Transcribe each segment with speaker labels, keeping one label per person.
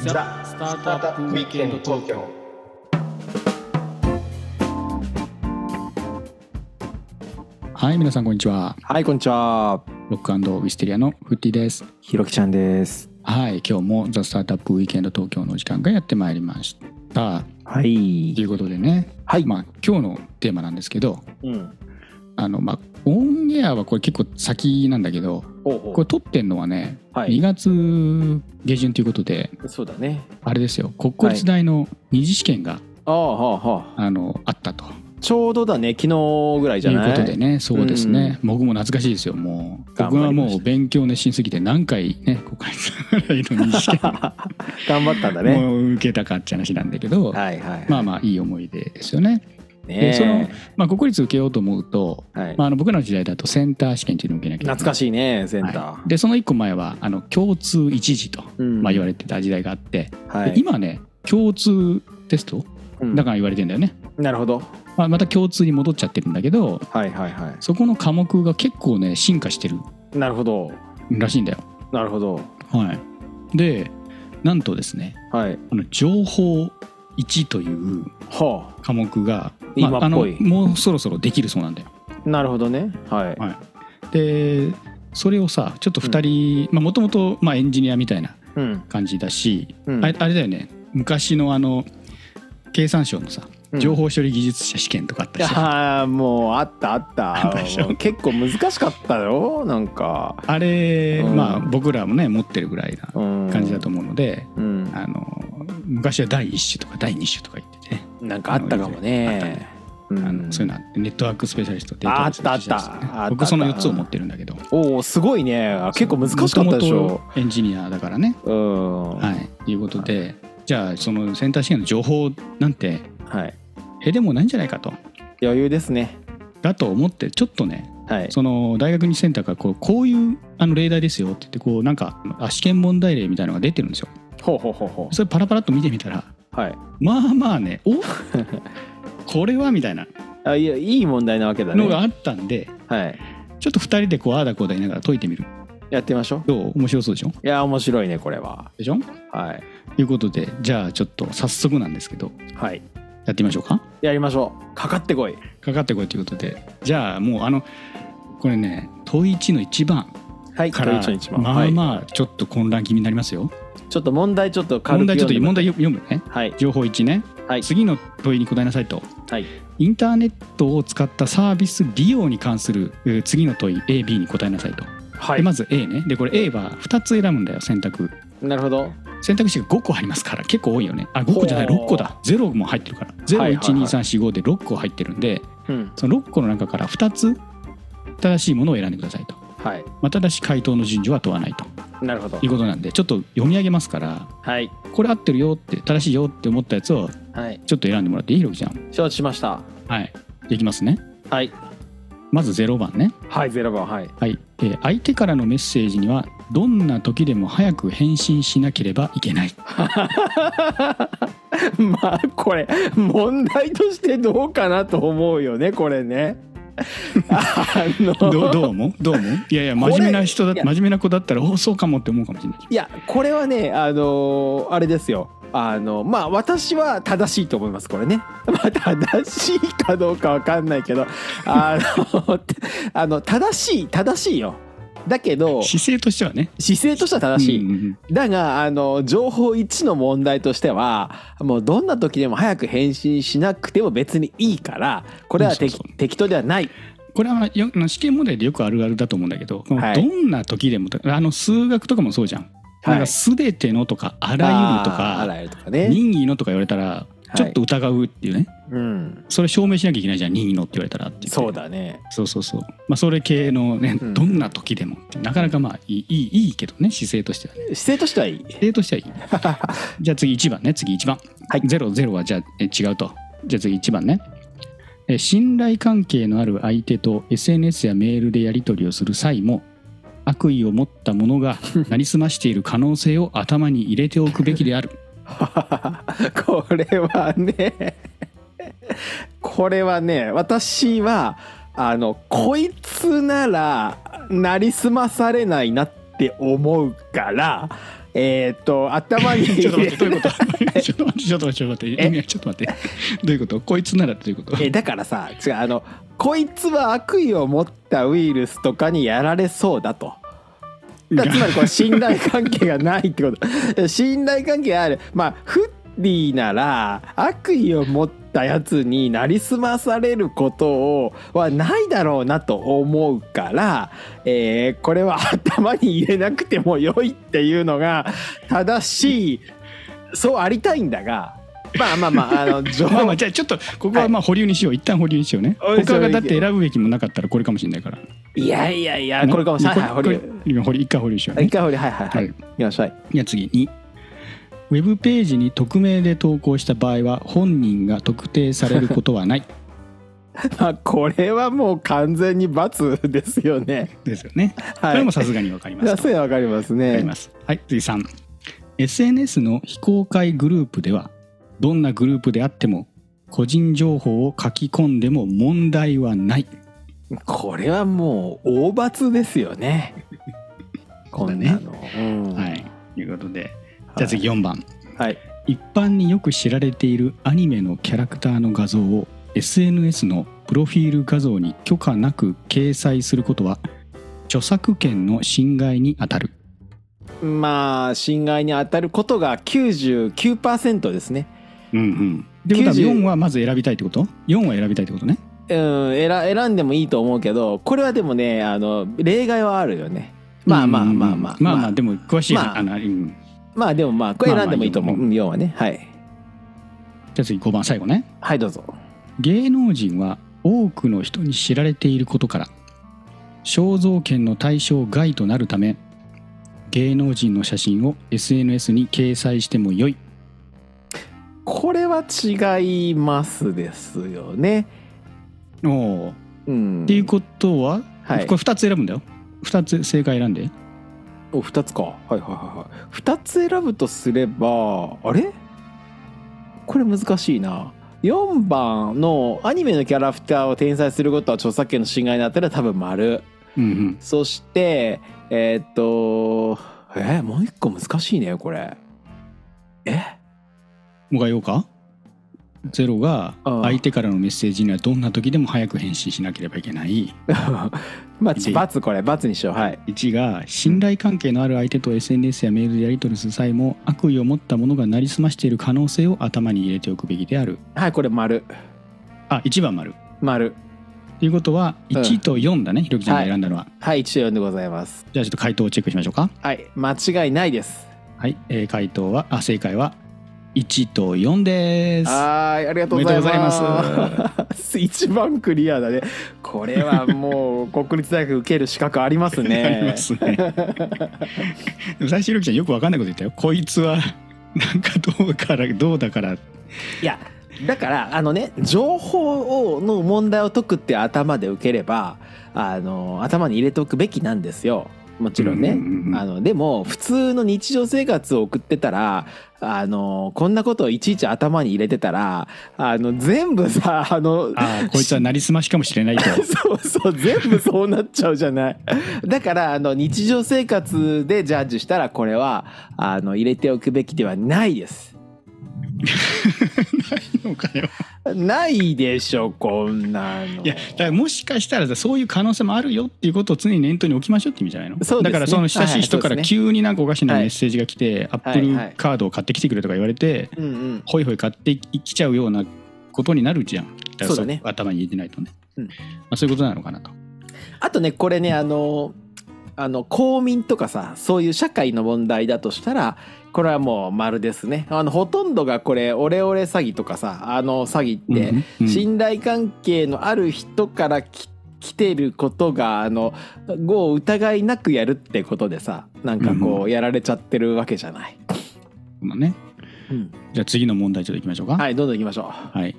Speaker 1: ザ・スタートアップウィークエンド東京
Speaker 2: はい、皆さんこんにちは。
Speaker 3: はい、こんにちは。
Speaker 2: ロックウィステリアのフッティです。
Speaker 3: ひろきちゃんです。
Speaker 2: はい、今日もザ・スタートアップウィークエンド東京の時間がやってまいりました。
Speaker 3: はい
Speaker 2: ということでね、
Speaker 3: はい
Speaker 2: まあ今日のテーマなんですけど、
Speaker 3: うん。
Speaker 2: あのまあオンエアはこれ結構先なんだけど、
Speaker 3: ほうほう
Speaker 2: これ撮ってんのはね、
Speaker 3: は
Speaker 2: 2。月下旬ということで、
Speaker 3: そうだね。
Speaker 2: あれですよ、国公立大の二次試験が、
Speaker 3: ああ、はあ、はあ。
Speaker 2: あのあったと
Speaker 3: ちょうどだね、昨日ぐらいじゃ
Speaker 2: いう
Speaker 3: ない。
Speaker 2: ことでね、そうですね。僕も懐かしいですよ、もう。
Speaker 3: 頑
Speaker 2: 僕
Speaker 3: 張
Speaker 2: は
Speaker 3: りました
Speaker 2: もう勉強熱心すぎて何回ね、国公立大の二次試験
Speaker 3: 頑張ったんだね。
Speaker 2: もう受けたかって話なんだけど、
Speaker 3: はいはい。
Speaker 2: まあまあいい思い出ですよね。
Speaker 3: あ、ね
Speaker 2: で
Speaker 3: え
Speaker 2: そのまあ、国立受けようと思うと、
Speaker 3: はい
Speaker 2: まあ、あの僕らの時代だとセンター試験っていうのを受けなきゃいけない
Speaker 3: 懐かしいね、センター。
Speaker 2: はいでその一個前はあの共通一次と、
Speaker 3: うん
Speaker 2: まあ、言われてた時代があって、
Speaker 3: は
Speaker 2: で
Speaker 3: い。
Speaker 2: 今ね共通テスト
Speaker 3: うん
Speaker 2: だから言われてんだよね、
Speaker 3: なるほど。
Speaker 2: まあ、また共通に戻っちゃってるんだけど
Speaker 3: はいはいは
Speaker 2: そこの科目が結構ね進化してる
Speaker 3: い。なるほど。
Speaker 2: らしいんだよ。
Speaker 3: なるほど。
Speaker 2: はい、でなんとですね
Speaker 3: はい。
Speaker 2: あの情報1という
Speaker 3: は
Speaker 2: 科目が、
Speaker 3: 今
Speaker 2: あ
Speaker 3: っ
Speaker 2: の
Speaker 3: ぽい
Speaker 2: もうそろそろできるそうなんだよ。
Speaker 3: あ。なるほどね。はい。
Speaker 2: でそれをさちょっと2人まあもともとエンジニアみたいな
Speaker 3: うん。
Speaker 2: 感じだし、
Speaker 3: うん
Speaker 2: あれあれだよね昔のあの経産省のさ
Speaker 3: うん
Speaker 2: 情報処理技術者試験とかあったし、
Speaker 3: ああもうあったあっ
Speaker 2: あったでしょ
Speaker 3: た結構難しかったよなんか
Speaker 2: あれ、
Speaker 3: うん
Speaker 2: まあ僕らもね持ってるぐらいな
Speaker 3: 感
Speaker 2: 感じだと思うので、
Speaker 3: うん、
Speaker 2: あの昔は第1種とか第2種とか言っててね、
Speaker 3: なんかあったかも
Speaker 2: あった
Speaker 3: ね
Speaker 2: ね。あのそういうのあってネットワークスペシャリストデータワークスペシャリスト
Speaker 3: あったあったあった
Speaker 2: 僕その4つを持ってるんだけど
Speaker 3: おおすごいねあ結構難しかったでし
Speaker 2: 元
Speaker 3: ょ。
Speaker 2: 々エンジニアだからね
Speaker 3: うんは
Speaker 2: はい、ということで、じゃあそのセンター試験の情報なんて
Speaker 3: い
Speaker 2: へでもないんじゃないかと
Speaker 3: 余裕ですね。
Speaker 2: だと思ってちょっとね
Speaker 3: はい
Speaker 2: その大学にセンターからこうこういうあの例題ですよって言ってこうなんかあ試験問題例みたいなのが出てるんですよ。
Speaker 3: ほうほうほうほ
Speaker 2: それパラパラっと見てみたら
Speaker 3: うはい
Speaker 2: まあまあねおこれはみたいな
Speaker 3: あいやいい問題なわけだね
Speaker 2: の。があったんで
Speaker 3: はい
Speaker 2: ちょっと2人でこうああだこうだ言いながら解いてみる
Speaker 3: やってみましょう。
Speaker 2: どう面白そうでしょ
Speaker 3: いや面白いねこれは。
Speaker 2: でしょ
Speaker 3: はい
Speaker 2: ということでじゃあちょっと早速なんですけど
Speaker 3: はい
Speaker 2: やってみましょうか。
Speaker 3: やりましょう。かかってこい。
Speaker 2: かかってこいということでじゃあもうあのこれね問1の一番
Speaker 3: はい
Speaker 2: から
Speaker 3: 問一問
Speaker 2: ま
Speaker 3: は
Speaker 2: あ
Speaker 3: い
Speaker 2: まあちょっと混乱気味になりますよ、
Speaker 3: ちょっと問題ちょっと軽
Speaker 2: 問
Speaker 3: く
Speaker 2: 題ちょっと
Speaker 3: 読んで
Speaker 2: 問題読むね
Speaker 3: はい
Speaker 2: 情報1ね、
Speaker 3: はい
Speaker 2: 次の問いに答えなさいと
Speaker 3: はい
Speaker 2: インターネットを使ったサービス利用に関するえー次の問い AB に答えなさいと、
Speaker 3: は
Speaker 2: で
Speaker 3: い
Speaker 2: まず A ねでこれ A は2つ選ぶんだよ選択
Speaker 3: なるほど
Speaker 2: 選択肢が5個ありますから結構多いよねあ5個じゃない
Speaker 3: ほ
Speaker 2: 6
Speaker 3: う
Speaker 2: 個だ0も入ってるから01234、
Speaker 3: はいはいはい
Speaker 2: 5で6個入ってるんで
Speaker 3: うん
Speaker 2: その6個の中から2つ正しいものを選んでくださいと
Speaker 3: はい
Speaker 2: まあ、ただし回答の順序は問わないと
Speaker 3: なるほど
Speaker 2: いうことなんでちょっと読み上げますから
Speaker 3: はい
Speaker 2: これ合ってるよって正しいよって思ったやつを
Speaker 3: はい
Speaker 2: ちょっと選んでもらっていいひろきちゃん
Speaker 3: 承知しました
Speaker 2: はいいきますね
Speaker 3: はい
Speaker 2: まず0番ね
Speaker 3: はい0番はい
Speaker 2: はい、えー相手からのメッセージにはどんな時でも早く返信しなければいけ ない
Speaker 3: まあこれ問題としてどうかなと思うよねこれね。 あの
Speaker 2: どうどうもどうもいやいや
Speaker 3: こ
Speaker 2: 真
Speaker 3: れ
Speaker 2: 面目な人だ
Speaker 3: いや
Speaker 2: 真面目な子だったらおそうかもって思うかもしれない
Speaker 3: いやこれはねあのあれですよあのまあ私は正しいと思いますこれね、 まあ、正しいかどうかわかんないけどあの あの正しい正しいよだけど
Speaker 2: 姿勢としてはね
Speaker 3: 姿勢としては正しい、
Speaker 2: うんうんうん
Speaker 3: だがあの情報1の問題としてはもうどんな時でも早く返信しなくても別にいいからこれは適
Speaker 2: そうそう
Speaker 3: 適当ではない
Speaker 2: これはまあよ試験問題でよくあるあるだと思うんだけど、この
Speaker 3: はい
Speaker 2: どんな時でもとあの数学とかもそうじゃん、
Speaker 3: はい
Speaker 2: なんか全てのとかあらゆると
Speaker 3: あーあら
Speaker 2: か
Speaker 3: ゆるとかね。
Speaker 2: 任意のとか言われたら
Speaker 3: い
Speaker 2: ちょっと疑うっていうね、
Speaker 3: うん、
Speaker 2: それ証明しなきゃいけないじゃん任意のって言われたらってい
Speaker 3: そうだね。
Speaker 2: そうそうそうまあそれ系のね、
Speaker 3: うん
Speaker 2: どんな時でもってなかなかまあいいいいいいけどね姿勢としてはね
Speaker 3: 姿勢としてはいい。
Speaker 2: 姿勢と してはいいじゃあ次1番ね次1番、
Speaker 3: はい
Speaker 2: ゼロゼロはじゃあえ違うとじゃあ次1番ねえ信頼関係のある相手と SNS やメールでやり取りをする際も悪意を持った者 がなりすましている可能性を頭に入れておくべきである
Speaker 3: これはね、これはね、私は、あの、こいつなら、なりすまされないなって思うから、えーっ と頭 に
Speaker 2: ちょっと待って、どういうこと ちょっと待って、ちょっと待って、ちょっと待って、意味はちょっと待って。どういうことこいつならどういうこと
Speaker 3: えだからさ違うあのこいつは悪意を持ったウイルスとかにやられそうだと。だつまりこれ信頼関係がないってこと 信頼関係あるまあフッディなら悪意を持ったやつになりすまされることをはないだろうなと思うから、えーこれは頭に入れなくても良いっていうのが正しいそうありたいんだがまあまあまああの情
Speaker 2: まあまあ、じゃあちょっと、ここはまあ保留にしよう。一旦保留にしようね。
Speaker 3: おい
Speaker 2: 他がだって選ぶべきもなかったらこれかもしれないから。
Speaker 3: いやいやいやこれかもしれない。はい
Speaker 2: こ
Speaker 3: 保
Speaker 2: れ
Speaker 3: 留
Speaker 2: これ保留一回保留しよう、
Speaker 3: 一
Speaker 2: ね。
Speaker 3: 回掘りはいはいは。
Speaker 2: はいい
Speaker 3: 行きましょう。
Speaker 2: じゃあ次に。ウェブページに匿名で投稿した場合は本人が特定されることはない
Speaker 3: まあこれはもう完全に罰ですよね。
Speaker 2: ですよね。こ
Speaker 3: はい。
Speaker 2: れもさすがにわかります
Speaker 3: さ
Speaker 2: と
Speaker 3: すがにわかります
Speaker 2: あり
Speaker 3: ね
Speaker 2: ま。す。はい、次さん。SNS の非公開グループでは、どんなグループであっても、個人情報を書き込んでも問題はない。
Speaker 3: これはもう大罰ですよね。こんなの。うん
Speaker 2: はい。ということで、じゃあ次4番。
Speaker 3: はい。
Speaker 2: 一般によく知られているアニメのキャラクターの画像を SNS のプロフィール画像に許可なく掲載することは、著作権の侵害にあたる。
Speaker 3: まあ侵害に当たることが99%ですね。
Speaker 2: うんうん。ってことは
Speaker 3: 90
Speaker 2: 4はまず選びたいってこと ?4 は選びたいってことね。
Speaker 3: うん選選んでもいいと思うけどこれはでもねあの例外はあるよね。まあまあ
Speaker 2: うんうん
Speaker 3: まあまあ
Speaker 2: まあまあ、でも詳しい、
Speaker 3: まあ
Speaker 2: あのうん
Speaker 3: まあでもまあこれ選んでもいいと思う。
Speaker 2: まあま
Speaker 3: うん要はねはい
Speaker 2: じゃあ次5番最後ね
Speaker 3: はいどうぞ。
Speaker 2: 芸能人は多くの人に知られていることから肖像権の対象外となるため芸能人の写真を SNS に掲載しても良い
Speaker 3: これは違いますですよね。
Speaker 2: おーっ
Speaker 3: うん、
Speaker 2: ていうことは、
Speaker 3: はい
Speaker 2: これ2つ選ぶんだよ2つ正解選んで
Speaker 3: お二つかはいはいはいはい二つ選ぶとすればあれこれ難しいな4番のアニメのキャラクターを転載することは著作権の侵害になったら多分丸
Speaker 2: うん
Speaker 3: そしてえーっとえーもう一個難しいねこれえ
Speaker 2: うんもがようかゼロが
Speaker 3: ああ
Speaker 2: 相手からのメッセージにはどんな時でも早く返信しなければいけない
Speaker 3: まあ
Speaker 2: いい
Speaker 3: 罰これ罰にしようはい
Speaker 2: 1が信頼関係のある相手と SNS やメールでやり取りする際も悪意を持った者がなりすましている可能性を頭に入れておくべきである
Speaker 3: はいこれ丸
Speaker 2: あ1番丸
Speaker 3: 丸
Speaker 2: ということは
Speaker 3: うん
Speaker 2: 1と4だね、ひろきちゃんが選んだのは、
Speaker 3: はい一応4でございます
Speaker 2: じゃあちょっと回答をチェックしましょうか
Speaker 3: はい間違いないです
Speaker 2: はい、えー回答はあ正解は1と4です
Speaker 3: はーい、ありがとうございます。 一番クリアだね。これはもう国立大学受ける資格あります ね。
Speaker 2: ありますねでも最初ひろきちゃんよくわかんないこと言ったよこいつはなんかどうからどうだから
Speaker 3: いや、だからあのね、情報をの問題を解くって頭で受ければ、あの頭に入れておくべきなんですよ。もちろんね。
Speaker 2: うんうんうん
Speaker 3: あのでも普通の日常生活を送ってたらあのこんなことをいちいち頭に入れてたらあの全部さあの
Speaker 2: ああこいつはなりすましかもしれないと
Speaker 3: そうそう全部そうなっちゃうじゃない だからあの日常生活でジャッジしたらこれはあの入れておくべきではないです
Speaker 2: のかよ
Speaker 3: ないでしょこんなの
Speaker 2: いやだからもしかしたらさそういう可能性もあるよっていうことを常に念頭に置きましょうって意味じゃないの
Speaker 3: そうで
Speaker 2: だ
Speaker 3: すね
Speaker 2: からその親しい人か
Speaker 3: はい
Speaker 2: ら
Speaker 3: はい
Speaker 2: 急になんかおかしなメッセージが来て、アップ
Speaker 3: はいはい
Speaker 2: ルカードを買ってきてくれとか言われて、
Speaker 3: うんうん
Speaker 2: ホイホイ買ってきちゃうようなことになるじゃんから
Speaker 3: そうだね
Speaker 2: 頭に入れてないとね、
Speaker 3: うん
Speaker 2: まあ、そういうことなのかなと
Speaker 3: あとねこれねあのあの公民とかさそういう社会の問題だとしたらこれはもう丸ですねあのほとんどがこれオレオレ詐欺とかさあの詐欺って、
Speaker 2: うんうん
Speaker 3: 信頼関係のある人からき来てることがあの語を疑いなくやるってことでさなんか
Speaker 2: うん
Speaker 3: こ
Speaker 2: う
Speaker 3: うやられちゃってるわけじゃない、
Speaker 2: まあね
Speaker 3: うん
Speaker 2: じゃあ次の問題ちょっといきましょうか、
Speaker 3: はいいどんどん行きましょう
Speaker 2: はい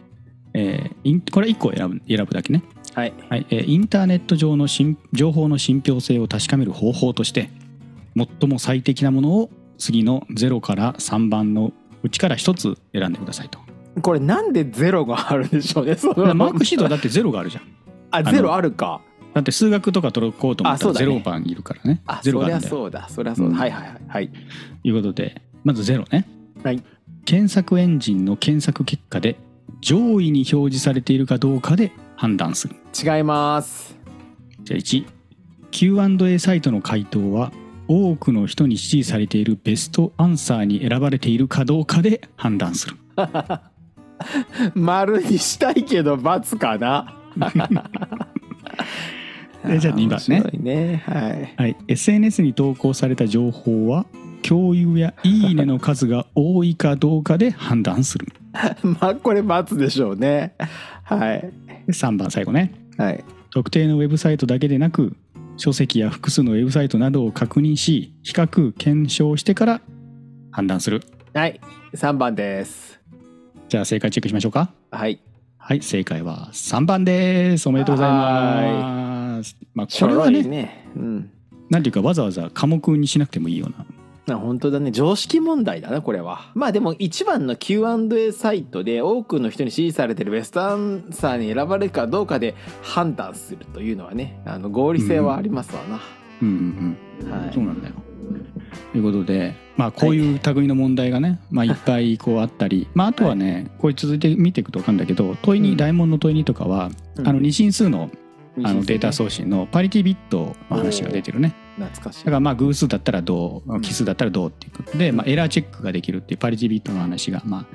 Speaker 2: えーインこれ1個選ぶ選ぶだけね
Speaker 3: はい
Speaker 2: はいえーインターネット上の信情報の信憑性を確かめる方法として最も最適なものを次の0から3番のうちから1つ選んでくださいと
Speaker 3: これなんでゼロがあるんでしょうねそ
Speaker 2: だから
Speaker 3: の
Speaker 2: マークシートはだって0があるじゃん
Speaker 3: あゼロあるか
Speaker 2: だって数学とか取ろうと思った
Speaker 3: あそ
Speaker 2: ら
Speaker 3: うだ
Speaker 2: ゼ
Speaker 3: ね
Speaker 2: ロ番いるからね
Speaker 3: あ
Speaker 2: ゼロ
Speaker 3: そ
Speaker 2: 番だ
Speaker 3: りゃ
Speaker 2: よ
Speaker 3: そうだそりゃそうだ、
Speaker 2: うん
Speaker 3: はいはいはいはい
Speaker 2: ということでまずゼロね、
Speaker 3: はい
Speaker 2: 検索エンジンの検索結果で上位に表示されているかどうかで判断する
Speaker 3: 違います
Speaker 2: じゃあ 1Q&A サイトの回答は多くの人に支持されているベストアンサーに選ばれているかどうかで判断する
Speaker 3: 丸にしたいけど×かな
Speaker 2: えじゃあ二番ね
Speaker 3: 面白いねはい
Speaker 2: はい、SNS に投稿された情報は共有や「いいね」の数が多いかどうかで判断する
Speaker 3: まあこれ×でしょうねはい
Speaker 2: で3番最後ね
Speaker 3: はい
Speaker 2: 特定のウェブサイトだけでなく書籍や複数のウェブサイトなどを確認し比較検証してから判断する
Speaker 3: はい3番です
Speaker 2: じゃあ正解チェックしましょうか
Speaker 3: はい
Speaker 2: はい正解は3番ですおめでとうございますまあこれは
Speaker 3: ちょろい
Speaker 2: ね
Speaker 3: ねうん
Speaker 2: 何ていうかわざわざ科目にしなくてもいいような
Speaker 3: あ本当だね常識問題だなこれはまあでも1番の Q&A サイトで多くの人に支持されてるベストアンサーに選ばれるかどうかで判断するというのはねあの合理性はありますわな、
Speaker 2: うんうんうん
Speaker 3: はい
Speaker 2: そうなんだよ。ということで、まあ、こういう類の問題がね、まあ、いっぱいこうあった り、まあ、あとはね、これ続いて見ていくと分かるんだけど問いに、
Speaker 3: うん
Speaker 2: 大問の問いにとかは、
Speaker 3: うん
Speaker 2: あの二進数のあの
Speaker 3: 二進数ね
Speaker 2: データ送信のパリティビットの話が出てるね
Speaker 3: 懐かし
Speaker 2: だ
Speaker 3: い
Speaker 2: からまあ偶数だったらど
Speaker 3: う
Speaker 2: うん奇数だったらどうっていうことで、まあ、エラーチェックができるっていうパリティビットの話がまあ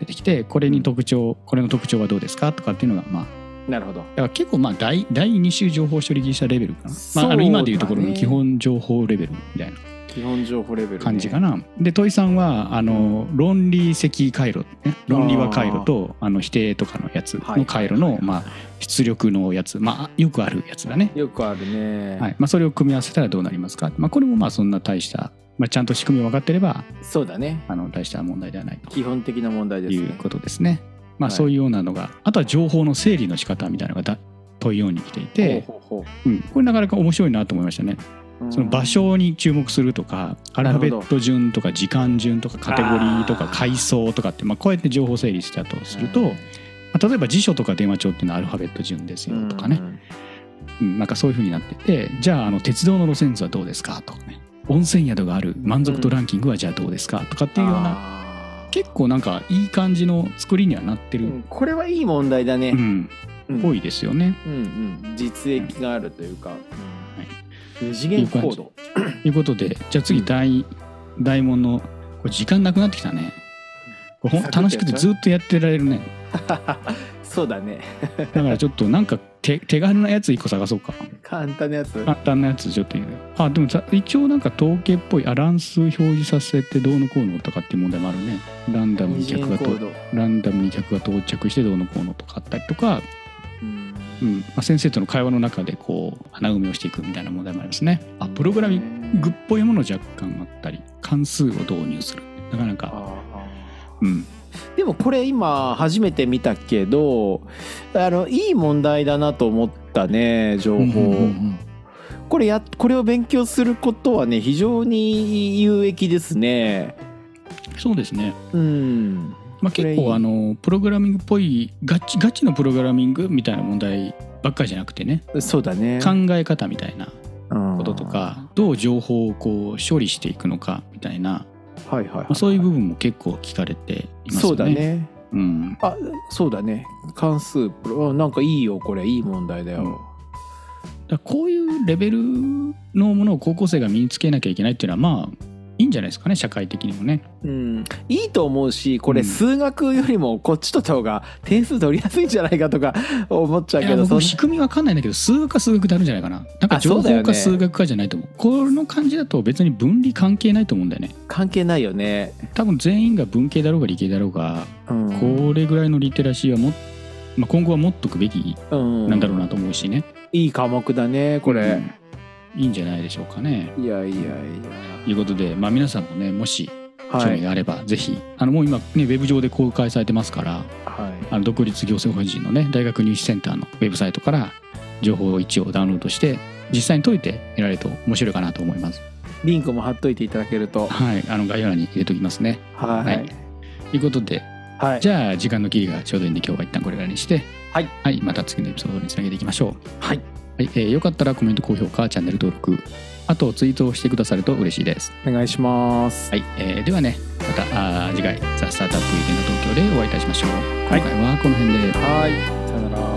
Speaker 2: 出てきてこれに特徴、これの特徴はどうですかとかっていうのがまあ
Speaker 3: なるほど
Speaker 2: だから結構まあ第第2種情報処理技者レベルかな、まあ、あ
Speaker 3: そう
Speaker 2: の
Speaker 3: だね
Speaker 2: 今でいうところの基本情報レベルみたいな。
Speaker 3: 基本情報レベル、ね、
Speaker 2: 感じかな。で問いさんはあの、論理積回路、ね、論理は回路とあの否定とかのやつ
Speaker 3: はい
Speaker 2: の回路の、まあ、出力のやつ、まあ、よくあるやつだね、
Speaker 3: よくあるね、
Speaker 2: はいまあ、それを組み合わせたらどうなりますか、まあ、これもまあそんな大した、まあ、ちゃんと仕組み分かってれば
Speaker 3: そうだね
Speaker 2: あの大した問題ではないと
Speaker 3: 基本的な問題で
Speaker 2: い
Speaker 3: す
Speaker 2: う
Speaker 3: ね
Speaker 2: ことですね。まあ、
Speaker 3: はい
Speaker 2: そういうようなのが、あとは情報の整理の仕方みたいなのがだ問いように来ていて、
Speaker 3: ほうほうほ
Speaker 2: うんこれなかなか面白いなと思いましたね。
Speaker 3: ううん
Speaker 2: その場所に注目するとかアルファベット順とか時間順とかカテゴリーとか
Speaker 3: あー
Speaker 2: 階層とかって、まあ、こうやって情報整理したとすると、
Speaker 3: うん
Speaker 2: まあ例えば辞書とか電話帳っていうのはアルファベット順ですよとかね、うんなんかそういうふうになっててじゃああの鉄道の路線図はどうですかとかね温泉宿がある満足度ランキングはじゃあどうですかとかっていうような、
Speaker 3: な
Speaker 2: 結構なんかいい感じの作りにはなってる、
Speaker 3: これはいい問題だ
Speaker 2: う
Speaker 3: ね、
Speaker 2: ん、
Speaker 3: うん
Speaker 2: 多いですよね。
Speaker 3: うんうん、実益があるというか、二次
Speaker 2: 元
Speaker 3: 元
Speaker 2: コ
Speaker 3: コ
Speaker 2: ー
Speaker 3: ー
Speaker 2: ド
Speaker 3: ド
Speaker 2: ということでじゃあ次大大問のこれ時間なくなってきたねこれほん
Speaker 3: サクッと
Speaker 2: 楽しくてずっとやってられるね
Speaker 3: そうだね
Speaker 2: だからちょっとなんか手手軽なやつ一個探そうか
Speaker 3: 簡単なやつ
Speaker 2: 簡単なやつちょっといいあでもさ一応なんか統計っぽいあ乱数表示させてどうのこうのとかっていう問題もあるねランダム
Speaker 3: 二
Speaker 2: に
Speaker 3: 次
Speaker 2: 客
Speaker 3: 元
Speaker 2: が
Speaker 3: コ
Speaker 2: と
Speaker 3: ード、
Speaker 2: ランダムに客が到着してどうのこうのとかあったりとか、
Speaker 3: うん
Speaker 2: うんまあ、先生との会話の中でこう穴埋めをしていくみたいな問題もありますねあプログラミンググっぽいもの若干あったり関数を導入するなかなか
Speaker 3: あ
Speaker 2: うん
Speaker 3: ーでもこれ今初めて見たけどあのいい問題だなと思ったね情
Speaker 2: うんうんう
Speaker 3: 報
Speaker 2: ん
Speaker 3: これやこれを勉強することはね非常に有益ですね
Speaker 2: そうですね、
Speaker 3: うん
Speaker 2: まあ、
Speaker 3: これい
Speaker 2: 結
Speaker 3: い
Speaker 2: 構あのプログラミングっぽいガチガチのプログラミングみたいな問題ばっかりじゃなくてね
Speaker 3: そうだね
Speaker 2: 考え方みたいな
Speaker 3: こ
Speaker 2: こととかどう情報をこう処理していくのかみたいな、
Speaker 3: はいはい、は
Speaker 2: まあ、そういう部分も結構聞かれていますよね。
Speaker 3: そうだね
Speaker 2: うん、
Speaker 3: あそうだね関数プロあなんかいいよこれいい問題だよ、
Speaker 2: うんだからこういうレベルのものを高校生が身につけなきゃいけないっていうのはまあいいんじゃないですかね社会的にもね。
Speaker 3: うん、いいと思うしこ
Speaker 2: う
Speaker 3: れ
Speaker 2: ん
Speaker 3: 数学よりもこっち取った方が点数取りやすいんじゃないかとか思っちゃう
Speaker 2: い
Speaker 3: け
Speaker 2: や
Speaker 3: ど
Speaker 2: 僕
Speaker 3: そん
Speaker 2: も仕組みわかんないんだけど数学か数学であるんじゃないかななんか
Speaker 3: あそ
Speaker 2: 情
Speaker 3: うだよ
Speaker 2: 報
Speaker 3: ね
Speaker 2: か数学かじゃないと思うこの感じだと別に分離関係ないと思うんだよね
Speaker 3: 関係ないよね、
Speaker 2: 多分全員が文系だろうが理系だろうが
Speaker 3: うん、
Speaker 2: これぐらいのリテラシーはもっ、まあ、今後は持っとくべき
Speaker 3: う、ん、
Speaker 2: なんだろうなと思うしね、
Speaker 3: いい科目だねこれ、
Speaker 2: うんいいんじゃないでしょうかね
Speaker 3: いやいやいや
Speaker 2: ということで、まあ、皆さんもねもし興
Speaker 3: は
Speaker 2: 味
Speaker 3: い、
Speaker 2: があれば、ぜひあのもう今、ね、ウェブ上で公開されてますから
Speaker 3: はい、
Speaker 2: あの独立行政法人のね大学入試センターのウェブサイトから情報を一応ダウンロードして実際に解いてみられると面白いかなと思います。
Speaker 3: リンクも貼っといていただけると
Speaker 2: はい、あの概要欄に入れておきますね。
Speaker 3: はい
Speaker 2: は
Speaker 3: はいい、
Speaker 2: ということで、じゃあ時間の切りがちょうどいいんで今日は一旦これぐらいにして、
Speaker 3: はい
Speaker 2: また次のエピソードにつなげていきましょう。
Speaker 3: はい
Speaker 2: はいえーよかったらコメント、高評価、チャンネル登録、あとツイートをしてくださると嬉しいです。
Speaker 3: お願いします
Speaker 2: はい、えーではね、またあー次回、ザ・スタートアップ・ウィーケンド東京でお会いいたしましょう。今回はこの辺で。
Speaker 3: はいさよなら